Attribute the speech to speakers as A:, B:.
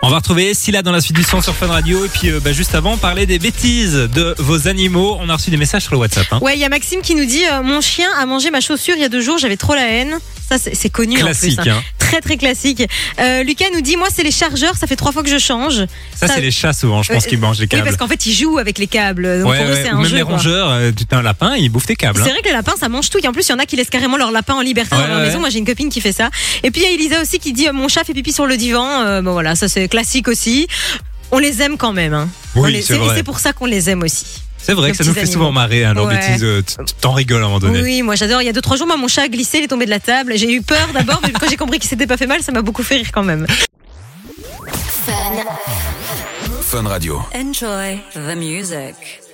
A: On va retrouver Scylla dans la suite du son sur Fun Radio. Et puis, euh, bah, juste avant, parler des bêtises de vos animaux. On a reçu des messages sur le WhatsApp. hein.
B: Ouais, il y a Maxime qui nous dit euh, Mon chien a mangé ma chaussure il y a deux jours, j'avais trop la haine. Ça, c'est c'est connu
A: Classique.
B: en plus. hein.
A: hein.
B: Très, très classique. Euh, Lucas nous dit Moi, c'est les chargeurs, ça fait trois fois que je change.
A: Ça,
B: Ça-
A: c'est les chats souvent, je pense,
B: Ouais,
A: qu'ils mangent les
B: Oui,
A: câbles.
B: parce qu'en fait, ils jouent avec les câbles. Donc,
A: Ouais,
B: pour eux,
A: ouais,
B: c'est
A: ou
B: un
A: même
B: jeu.
A: les
B: quoi.
A: rongeurs, euh, tu t'as un lapin, ils bouffent tes câbles. hein.
B: C'est vrai que le lapin, ça mange tout. Et en plus, il y en a qui laissent carrément leur lapin en liberté
A: Ouais,
B: dans leur
A: ouais.
B: maison. Moi, j'ai une copine qui fait ça. Et puis, il y a Elisa aussi qui dit euh, Mon chat fait pipi sur le divan. Euh, bon, voilà, ça, c'est classique aussi. On les aime quand même. hein. On
A: Oui,
B: les-
A: c'est
B: et
A: vrai.
B: c'est pour ça qu'on les aime aussi.
A: C'est vrai
B: les
A: que ça nous
B: petits
A: fait souvent
B: animaux.
A: marrer, hein, leurs
B: Ouais.
A: bêtises. euh, tu- tu T'en rigoles à un moment donné.
B: Oui, moi j'adore. Il y a deux trois jours, moi, mon chat a glissé, il est tombé de la table. J'ai eu peur d'abord, mais quand j'ai compris qu'il s'était pas fait mal, ça m'a beaucoup fait rire quand même.
C: Fun Radio.
D: Enjoy the music.